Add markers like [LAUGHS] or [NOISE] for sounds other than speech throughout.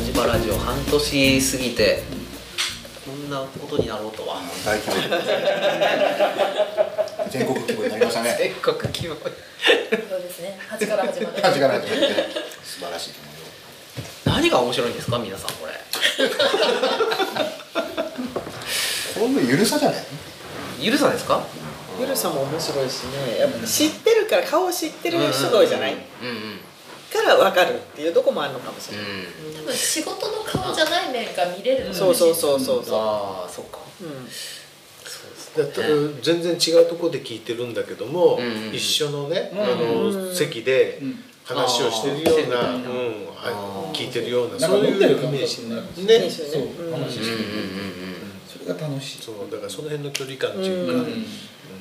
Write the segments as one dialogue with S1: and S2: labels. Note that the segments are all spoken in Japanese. S1: 半年過ぎてこんなことになろうとは
S2: 大規模で全国規模になりましたね
S1: 全国規模
S3: そうですね。八から始
S2: [LAUGHS]
S3: まる。
S2: 感じがないと思って素晴らしいと思うよ
S1: 何が面白いんですか皆さんこれ
S2: このゆるさじゃない
S1: ゆるさですか
S4: ゆるさも面白いしねやっぱ知ってるから顔を知ってる人が多いじゃない、
S1: うんうん
S4: から分かるっていうとこもあるのかもしれ
S1: う
S4: ない、
S1: ん
S3: 多分仕事の顔じゃない面が見れるの
S4: そうそうそうそうそ
S1: ああそっか
S4: う、うん、
S1: そうです
S5: でた全然違うところで聞いてるんだけども、
S1: うんうんうん
S5: 一緒のね、
S4: ん
S5: あの席で話をしてるような、
S1: あーあ
S5: うん
S1: ー
S5: はい、聞いてるような
S6: なんか
S5: そうい
S6: 飲んでる
S5: うイ
S6: 感
S5: メー
S6: 覚になる
S5: ジ
S4: ね
S5: ね
S6: そ
S4: そ
S6: うう
S4: うん
S6: 話
S1: うん
S6: し
S1: うん
S6: てそれが楽しい
S5: そうだからその辺の距離感っていうか、
S4: うん
S3: で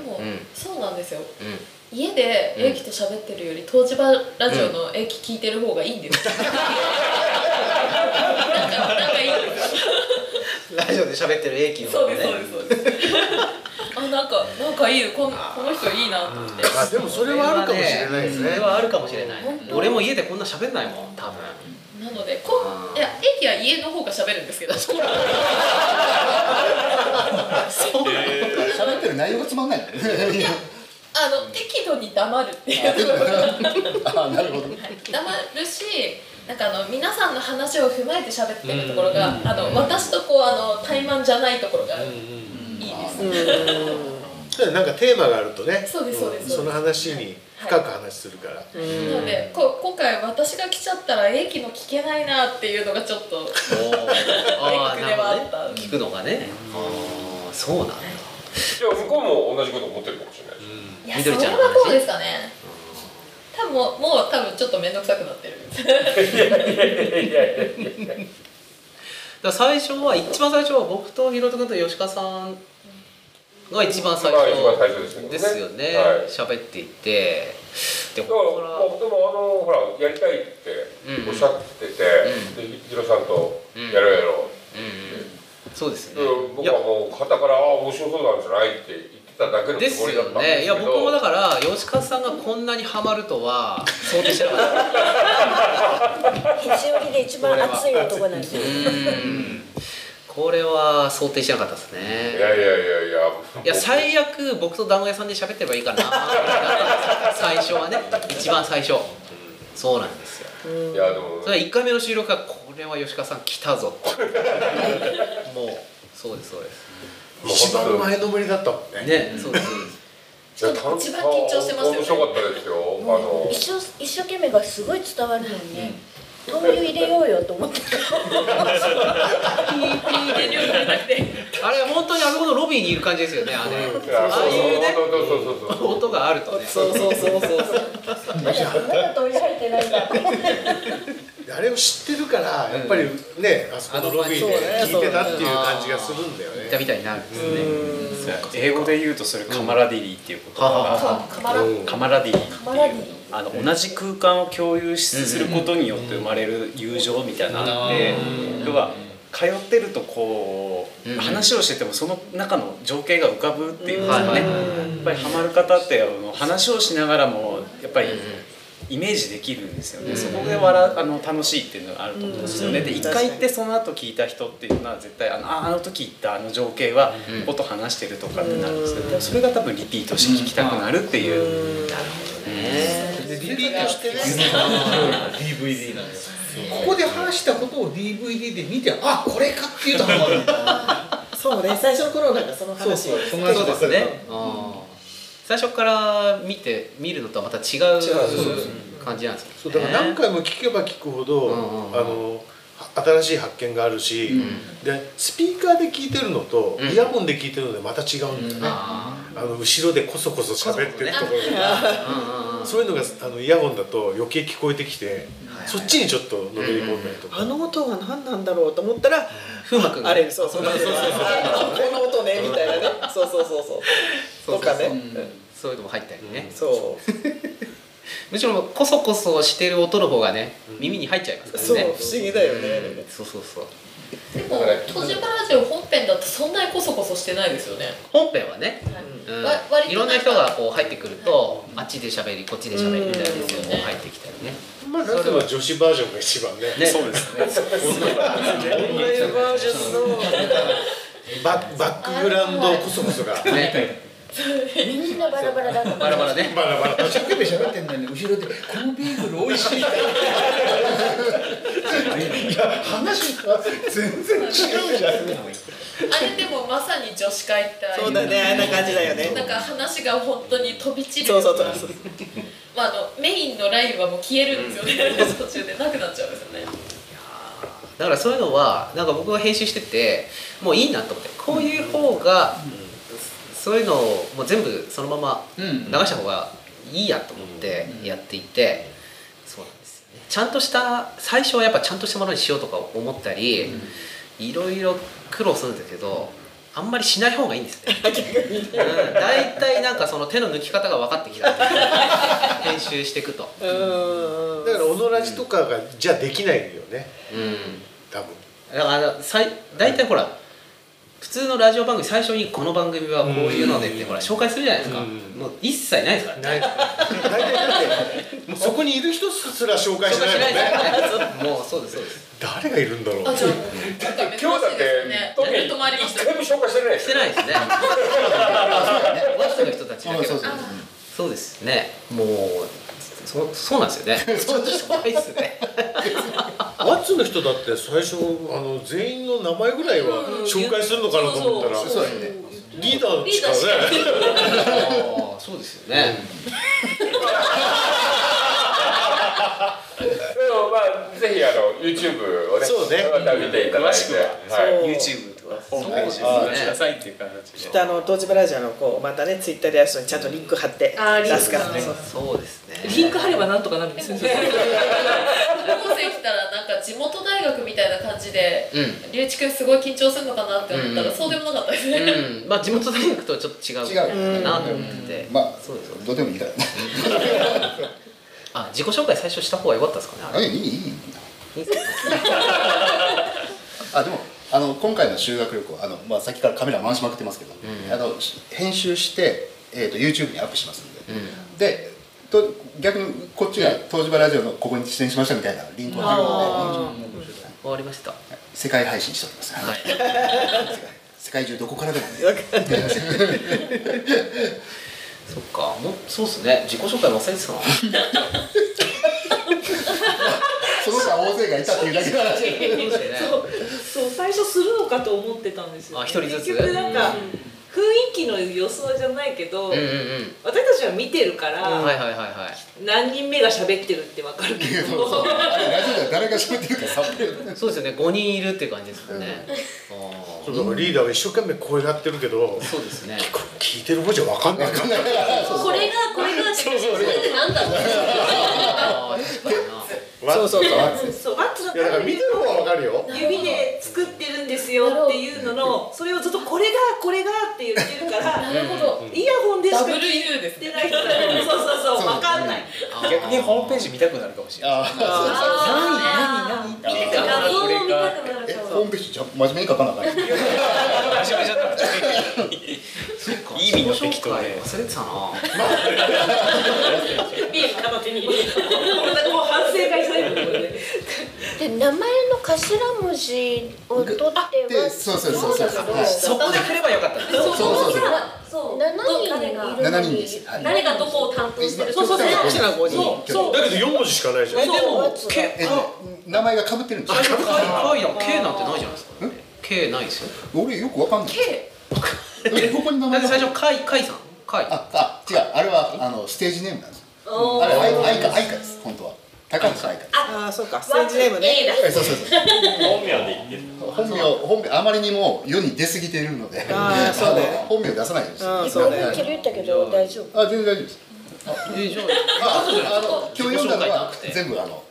S3: も、
S1: うん
S3: そうなんですよ
S1: うんうん
S3: 家で英樹と喋ってるより東芝ラジオの英樹聞いてる方がいいんですよ、なんかなんかいいんですよ
S1: ラジオで喋ってる英気の
S3: そ
S1: 方
S3: う
S1: が
S3: で
S1: ね
S3: すそうですそうですあなんかなんかいいこのこの人いいなと思って、
S5: あでもそれはあるかもしれないです
S1: そ
S5: ね
S1: れはあるかもしれない
S3: 本当
S1: 俺も家でこんな喋んないもん多分
S3: なのでこいや英樹は家の方が喋るんですけど
S2: 喋ってる内容がつまんないの
S3: あの適度に黙るっていう
S2: あなるほど
S3: 黙るしなんかあの皆さんの話を踏まえて喋ってるところが、あの私とこうあの怠慢じゃないところがいいです、ね
S5: ただなんかテーマがあるとね
S3: そうですそうです
S5: んその話に深く話するから、
S3: なのでこ今回私が来ちゃったら英気の聞けないなっていうのがちょっと
S1: ああなるほどね
S3: うん
S1: 聞くのがねああそうなんだ
S7: じゃあ向こうも同じこと思ってるかもしれないし
S3: い
S1: み
S3: やそ
S1: ど
S3: れ
S1: りちゃんの話
S3: はこうですかね多分もうもう多分ちょっと面倒くさくなってる
S1: だから最初は一番最初は僕とひろと君と吉川さんが一番最
S7: まあ一番最初です
S1: 初
S7: ね
S1: ですよね
S7: はい
S1: 喋、っていてで
S7: だから、
S1: ここから
S7: まあ、でもあのほらやりたいっておっしゃってて、
S1: う
S7: でヒロさんとやろうやろ
S1: うんそうです
S7: う、
S1: ね
S7: で
S1: い
S7: 僕
S1: や
S7: はもう肩から「ああ面白そうなんじゃない?」って言ってただけの
S1: で
S7: つも
S1: す
S7: りだ
S1: よ
S7: ったんです
S1: ねい
S7: け
S1: や
S7: ど
S1: 僕もだから吉川さんがこんなにハマるとは想定してなかった
S7: [LAUGHS]
S8: 肘折りで一番熱い男なんですよ
S1: うんこれは想定してなかったです
S7: いや
S1: ね
S7: いやいやいや
S1: いや最悪僕と団子屋さんで喋ってればいいかな最初はね一番最初そうなんですよ
S7: いやでも
S1: それ1回目の収録がこれは吉川さん来たぞっ
S4: [LAUGHS]
S1: てもうそうですそうです
S5: 一番前のめりだったもんね
S1: ねそうですそうです
S7: いや単
S3: 一番緊張してますよね
S7: 面白かったですよあの
S8: 一生一生懸命がすごい伝わるのにね豆乳入れようよと思って
S3: ピーピー [LAUGHS] で量が出なくて
S1: あれ本当にあそこのロビーにいる感じですよねあれ
S7: いや
S1: ああいうね
S7: そうそうそうそうそう
S1: 音があるとね
S4: そうそうそうそうそう
S8: まだまだ豆乳入ってないんだ
S5: あれを知ってるからやっぱりね、あそこのロビーで聞いてたっていう感じがするんだよ
S1: 言
S5: ね
S1: ったみたいになるんですね
S9: 英語で言うとそれカマラディリーっていう言
S1: はは
S9: 葉が
S3: そうカマラ
S5: うん
S9: カマラディリーって
S3: カマラデ
S9: いう
S3: ィ
S9: あの同じ空間を共有しすることによって生まれる友情みたいなので要は通ってるとこ
S1: うん
S9: う話をしててもその中の情景が浮かぶっていうんです
S1: はい
S9: か
S1: はい
S9: ね
S1: はいはい
S9: やっぱりハマる方ってあの話をしながらもやっぱりイメージできるんですよね、
S1: うん
S9: そこで笑うあの楽しいっていうのがあると思うんですよね、
S4: うん
S9: で一
S4: 確
S9: 回
S4: か
S9: 行
S4: に
S9: ってその後聞いた人っていうのは絶対あのああの時言ったあの情景は
S1: うん
S9: こと話してるとかってなるんですけど、それが多分リピートして聞きたくなるっていう、
S1: ね
S6: で DVD としてね DVD なんですここで話したことを DVD で見てあこれかっていうとハマる
S4: そうね最初の頃なんかその話
S6: そう
S4: を
S6: そうそんな
S1: そうですねうん最初から見て見るのとはまた違う感じなんです
S5: そ
S1: よ
S5: うだから何
S1: ね
S5: 回も聞けば聞くほど、
S1: うんうんうん
S5: あのは新しい発見があるし、でスピーカーで聞いてるのと、
S1: うん
S5: イヤホンで聞いてるのでまた違うんだよね、
S1: あ
S5: あの後ろでこそこそ喋ってるところ
S1: ーうんうんうん
S5: そういうのがあのイヤホンだと余計聞こえてきて、そっちにちょっとのめり込んだりとか、
S4: あの音は何なんだろうと思ったら
S1: 風磨君が
S4: あれそうそうそうそうあこの音ねみたいなねそうそうそうそうとかね
S1: そういうのも入ったりね
S4: そう
S1: むしろコソコソしてる音の方がね耳に入っちゃいます
S4: そう
S1: からね
S4: 不思議だよね
S1: そうそうそう
S3: でも東芝ラジオ本編だとそんなにコソコソしてないですよね、
S1: 本編はね
S3: はい
S1: うん
S3: わ割と
S1: いろんな人がこう入ってくるとあっちで喋りこっちで喋りみたいなの
S3: うん
S1: がこう入ってきたりね
S5: まあはなぜも女子バージョンが一番ね
S1: ね
S9: そうですね
S5: 女湯
S1: [LAUGHS]
S5: バージョンのバッバックグラウンドこそこそがバ
S1: ね
S8: みんなバラバラだから
S1: バラバラね
S5: ラバラだし
S6: 一生懸命喋ってんのに後ろで「このビーグル美味しい」って
S5: いや話が全然違うじゃん
S3: あれでもまさに女子会ってああい
S4: そうだねあんな感じだよ
S3: なん
S4: ね
S3: か話が本当に飛び散る
S4: そうそうそうそう
S3: まあ、あのメインのラインはもう消えるんですよね、 [LAUGHS] 途中でなくなっちゃうんですよね
S1: だからそういうのはなんか僕が編集しててもういいなと思ってこういう方が、そういうのをもう全部そのまま流した方がいいやと思ってやっていて、そうなんですよねちゃんとした最初はやっぱちゃんとしたものにしようとか思ったり、いろいろ苦労するんですけどあんまりしない方がいいんですねうん大体、なんかその手の抜き方が分かってきた編集していくと、
S5: だからオノラジとかがじゃあできないよね
S1: うん
S5: 多分
S1: だからさい大体ほら普通のラジオ番組最初にこの番組はこういうのでってほら紹介するじゃないですか
S5: うん
S1: もう一切ないですからね
S5: ない [LAUGHS] 大体だってもうそこにいる人すら紹介し
S1: 紹
S5: て
S1: 介
S5: ない
S1: し
S5: も
S1: なんいですか
S5: ね
S1: らねもうそうですそうです
S5: 誰がいるんだろう
S3: あじゃあなんか珍し
S7: 今日だっ
S3: い
S7: て
S3: ですね
S7: 特
S3: 誰ともありま
S7: に
S3: し
S7: 一
S3: た
S7: 回も紹介してないで
S1: し
S7: す
S1: て
S7: よ
S1: ないですねワットの人たちだ
S2: あ
S1: け
S2: そう
S1: ど
S2: そう
S1: そうですねもうそそうなんですよねちょっとしょいですね
S5: ワッツの人だって最初あの全員の名前ぐらいは紹介するのかなと思ったら
S3: うん
S2: そうだよね
S5: リーダーしかね
S1: ああそうですよね
S7: でもまあぜひあの YouTube をね
S5: そうね
S7: また見ていただいて
S9: 詳しくは、
S7: はい
S9: はい、YouTube とかホームページで見てくださいっていう感じ
S4: きっ
S9: で
S4: とあの東芝ラジオのこうまたねツイッターでやる人にちゃんとリンク貼って
S3: あーリンク
S4: 出すからね
S3: 貼
S1: そうですね
S10: リンク貼ればなんとかなるんですよ。
S3: 高校生来たらなんか地元大学みたいな感じで
S1: うん
S3: 龍一君すごい緊張するのかなって思ったら、
S1: うん
S3: そうでもなかったですね、
S1: うんまあ地元大学とはちょっと違うかなと思ってて
S2: まあ
S1: そうですそうです
S2: どうでもいいからね
S1: あ自己紹介最初した方が良かったですかねあ
S2: あ
S1: れ
S2: いいいいいい
S1: いいっすね
S2: あでもあの今回の修学旅行あの、まあ、さっきからカメラ回しまくってますけど、あのし編集して、えー、と YouTube にアップしますんで、でと逆にこっちが東芝ラジオのここに出演しましたみたいなリンクを貼るので
S1: 終わりました。は
S2: 世界配信しております、
S1: い。
S2: 世界中どこからでもね
S1: そっか、もうそうっすね。自己紹介忘れてたな。
S2: その他大勢がいたっていうだけの話で
S10: そうそう最初するのかと思ってたんですよ、
S1: あ一人ずつ
S10: 結局なんか、雰囲気の予想じゃないけど、
S1: うんうんうん。
S10: 私たちは見てるから、
S1: はいはいはいは
S10: 何人目が喋ってるってわかるけど
S2: ラジオでは誰が喋ってるかさっぱり
S1: い。そうですよね。五人いるっていう感じですよね。あ
S5: そうだからリーダーは一生懸命声張ってるけど
S1: あ、そうですね。
S5: これ聞いてる方じゃ分かんないから
S3: これがこれがってそれってなんだろう
S1: ああ、確かにな。
S4: そうそうそう
S10: そうワッツの
S5: いやだから見てる方は分かるよ
S10: 指で作ってるんですよっていうののそれをずっとこれがこれがって言ってるから
S3: なるほど
S10: イヤホンでしか聞
S3: WU です
S10: い
S3: ね
S10: てない人だからそうそうそうわかんない
S9: 逆にホームページ見たくなるかもしれない
S3: あー見てください
S9: これが
S2: えホームページじゃ真面目に書かなあかんよ
S9: 真面目じゃなくていい意味の適当で
S1: 自己紹介忘れてたな。
S10: ビール片手にもう反省会されるところで
S8: で名前の頭文字を取っては
S2: でそうそうそうそう
S8: なんだけど
S2: はい
S1: そこで振ればよかったね。
S3: そ
S2: そ
S3: う
S2: うそうそう
S3: そう
S8: 7
S3: 誰
S8: 人い
S3: が
S8: るの
S2: 7
S8: に
S2: 人ですはい
S3: 誰がどこを担当してると
S2: そう
S3: か
S2: そうそう
S3: ね
S4: ちら5人
S5: だけど4文字しかないじゃん
S1: えでも
S8: そう
S1: K
S2: え名前が被ってるんです
S1: 最初
S2: よ
S1: かいかいな K なんてないじゃないですか。K ないですよ。
S2: 俺よくわかんないえここに名
S1: だっ
S2: 前
S1: て
S2: が
S1: 最初かいかいさんかい。
S2: ああ違うあれはあのステージネームなんですよ
S10: お
S2: あれ
S10: ー
S2: 愛愛か愛かです本当は高橋愛かです
S4: ああそうかステージネームね
S3: A だ
S2: えそうそうそう本名で言ってる本名本名あまりにも世に出過ぎているので
S4: あーそうだよね
S2: あの本名出さないようにしてる
S4: うんそうだよ
S8: 今切れたけど大丈夫
S2: あ全然大丈夫です
S1: えじゃ
S2: ああの今日読んだ
S1: 自己紹
S2: のは
S1: 介なくて
S2: 全部あの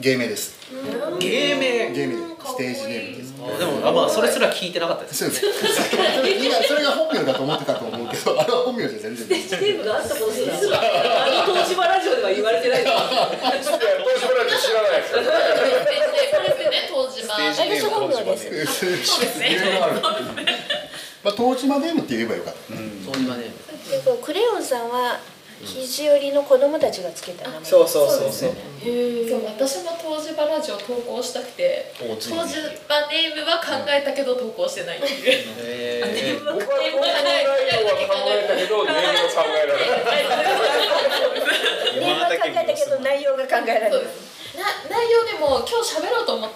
S2: 芸名です
S1: あ芸名。
S2: 芸名ですステージネームです
S1: あでもあまあそれすら聞いてなかったです。
S2: そうです [LAUGHS] それみんなそれが本名だと思ってたと思うけどあれは本名じゃ全然ない [LAUGHS]
S10: ステーブがあったことすらあの東芝ラジオでは言われてないから
S7: いや東芝ラジオ知らないです
S3: こ
S7: よ
S3: れですよね東島
S8: あれが本名です
S2: いろいろあるまあ東島ネームって言えばよかった
S1: そう今ね。
S8: でこうクレヨンさんは肘折りの子供たちがつけた名前
S4: そうそうそうそう
S3: でも私も東芝ラジオ投稿したくて
S2: おついに
S3: 東芝ネームは考えたけど投稿してないっていう
S1: え
S7: 僕は投稿内容は考えたけど年齢は考えられない
S8: 電話考えたけど内容が考えられない
S3: そうです [LAUGHS] な内容でも今日喋ろうと思っ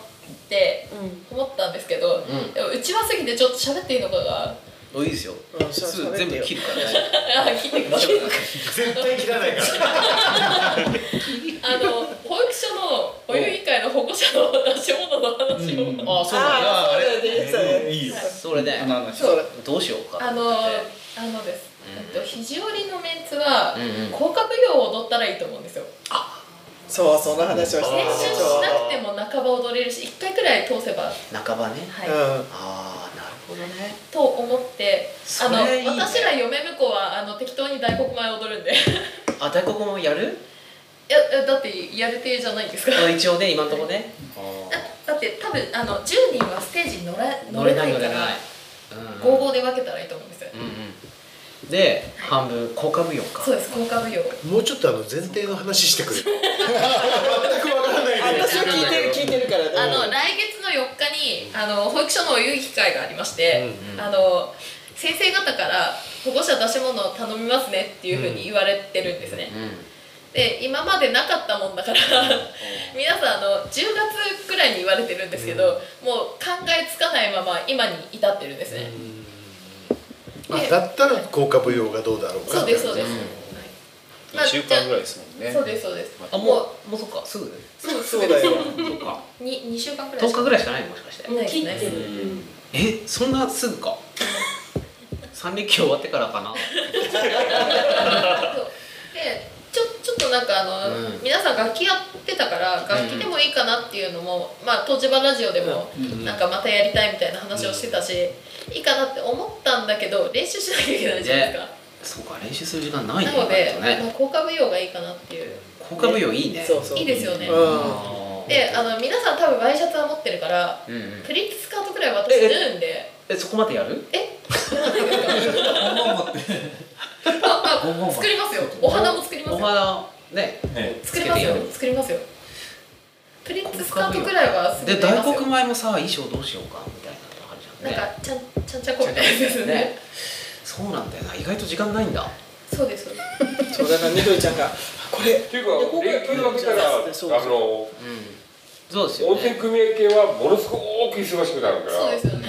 S3: て思ったんですけど、
S1: ん
S3: でもうちわすぎてちょっと喋っていいのかが
S1: おいいですよ
S4: うんそう
S1: すぐ全部切るから大丈
S3: あ聞いてください
S5: 絶対切らないから
S3: あの保育所の保育委員会の保護者の出し物の話を、
S6: あそうだね
S4: ああ
S6: あ
S4: あ
S6: れ
S4: れでいいですよね
S6: いいよ
S1: 夫それ
S6: あの
S1: ね
S6: あの
S4: そう
S1: どうしようか
S3: あの
S1: って
S3: あのです、えっと肘折りのメンツは、
S1: うんうん
S3: 甲殻業を踊ったらいいと思うんですよ
S4: そうその話をして
S3: 練習しなくても半ば踊れるし一回くらい通せばは
S1: 半ばね
S3: い、
S4: うん
S1: ああなるほどね
S3: と思ってあ
S1: そ
S3: の
S1: れいいね
S3: 私ら嫁婿はあの適当に大黒前踊るんで [LAUGHS] い
S1: あ大黒もやる
S3: やだってやる手じゃないですか
S1: あ一応ね今んとこね
S3: だだって多分あの10人はステージに乗ら乗れないから
S1: うん
S3: 合合で分けたらいいと思うんですよ、
S1: うんうんで半分甲殻用か
S3: そうです甲殻業
S5: もうちょっとあの前提の話してくれ全くわからないで
S4: 私は聞いてる聞いてるからね
S3: あの来月の4日にあの保育所のお遊戯会がありまして、あの先生方から保護者出し物を頼みますねっていうふうに言われてるんですね、で今までなかったもんだから皆さんあの10月くらいに言われてるんですけど、もう考えつかないまま今に至ってるんですね、
S5: まあだったら効果舞踊がどうだろうか
S3: そうですそうです、まあ
S9: 2週間ぐらいですもんね
S3: そうですそうです
S1: あもうもうそっかすぐ
S4: そうそうだよ
S1: そっか
S3: うに 2, 週間くらい
S1: 10日ぐらいしかないもしかして
S3: ないです
S10: 切
S3: ね
S10: ってる
S1: えそんなすぐか [LAUGHS] 三連休終わってからかな
S3: そうでちょちょっとなんかあの、
S1: うん
S3: 皆さん楽器やってたから楽器でもいいかなっていうのも、まあ東芝ラジオでもなんかまたやりたいみたいな話をしてたし、いいかなって思ったんだけど練習しなきゃいけないじゃないです
S1: そう
S3: か、
S1: か練習する時間ないね
S3: なので
S1: 意、外と
S3: ま
S1: ね
S3: あ、効果舞踊がいいかなっていう
S1: 甲殻用いいね
S4: そうそう
S3: いいですよね、
S4: うん
S1: あー
S3: であの皆さん多分ワイシャツは持ってるから、
S1: うんうん
S3: プリントスカートくらい私縫うんで
S1: えそこまでやる
S3: えああ作りますよお花も作ります
S1: お
S3: よ
S1: 花ね
S3: 作りますよ作りますよプリンツスカートくらいはすぐ
S1: で
S3: 出ま
S1: 大
S3: すよ
S1: 黒米もさ衣装どうしようかみたいなのあるじゃ
S3: なんん
S1: ね
S3: かちゃんちゃんちゃこみたいですよね
S1: ねそうなんだよな意外と時間ないんだ
S3: そうですそうです
S4: そうだからみどりちゃんがあこれ
S7: っていうか連休が明けたら
S4: そうそう
S7: あの
S1: そうですよ
S7: 大手
S1: ね
S7: 組合系はものすごく忙しくなるから
S3: そうですよね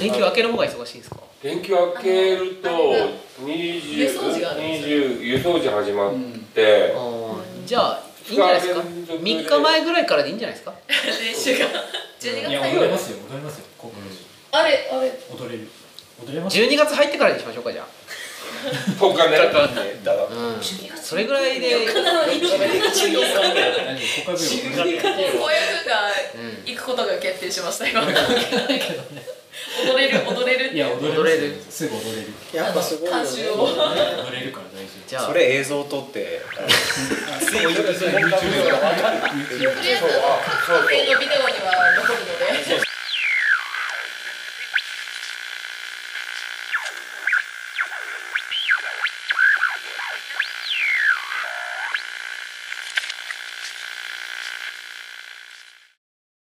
S1: 連休明けの方が忙しいんですか
S7: 連休明けると
S3: あのあれが
S7: 20
S3: 輸送時があるんです
S7: 20輸送時始まって
S1: あーじゃあいいんじゃないですか
S7: 二日連続で
S1: 3日前ぐらいからでいいんじゃないですか
S3: 練習が12月最
S11: 踊れま
S3: 後
S11: す
S7: [LAUGHS]
S11: よ踊れますよこ
S3: あれあれ
S11: う踊れる踊れます
S1: 12月入ってからにしましょうかじゃ
S7: 10日狙ったんでだから
S1: あ、うん、それぐらいで
S11: 何国家舞踊
S3: こういうふうが行くことが決定しました今踊れる踊れるっ
S11: い
S3: て
S11: や
S3: いう
S11: 踊れ
S1: 踊れる
S11: るすぐ踊れる
S4: やっぱすごいよね
S3: 監修を
S11: 踊れるから大丈
S1: じゃあ
S9: それ映像撮っ
S3: と
S9: て
S3: りあえず各国のビデオには残るので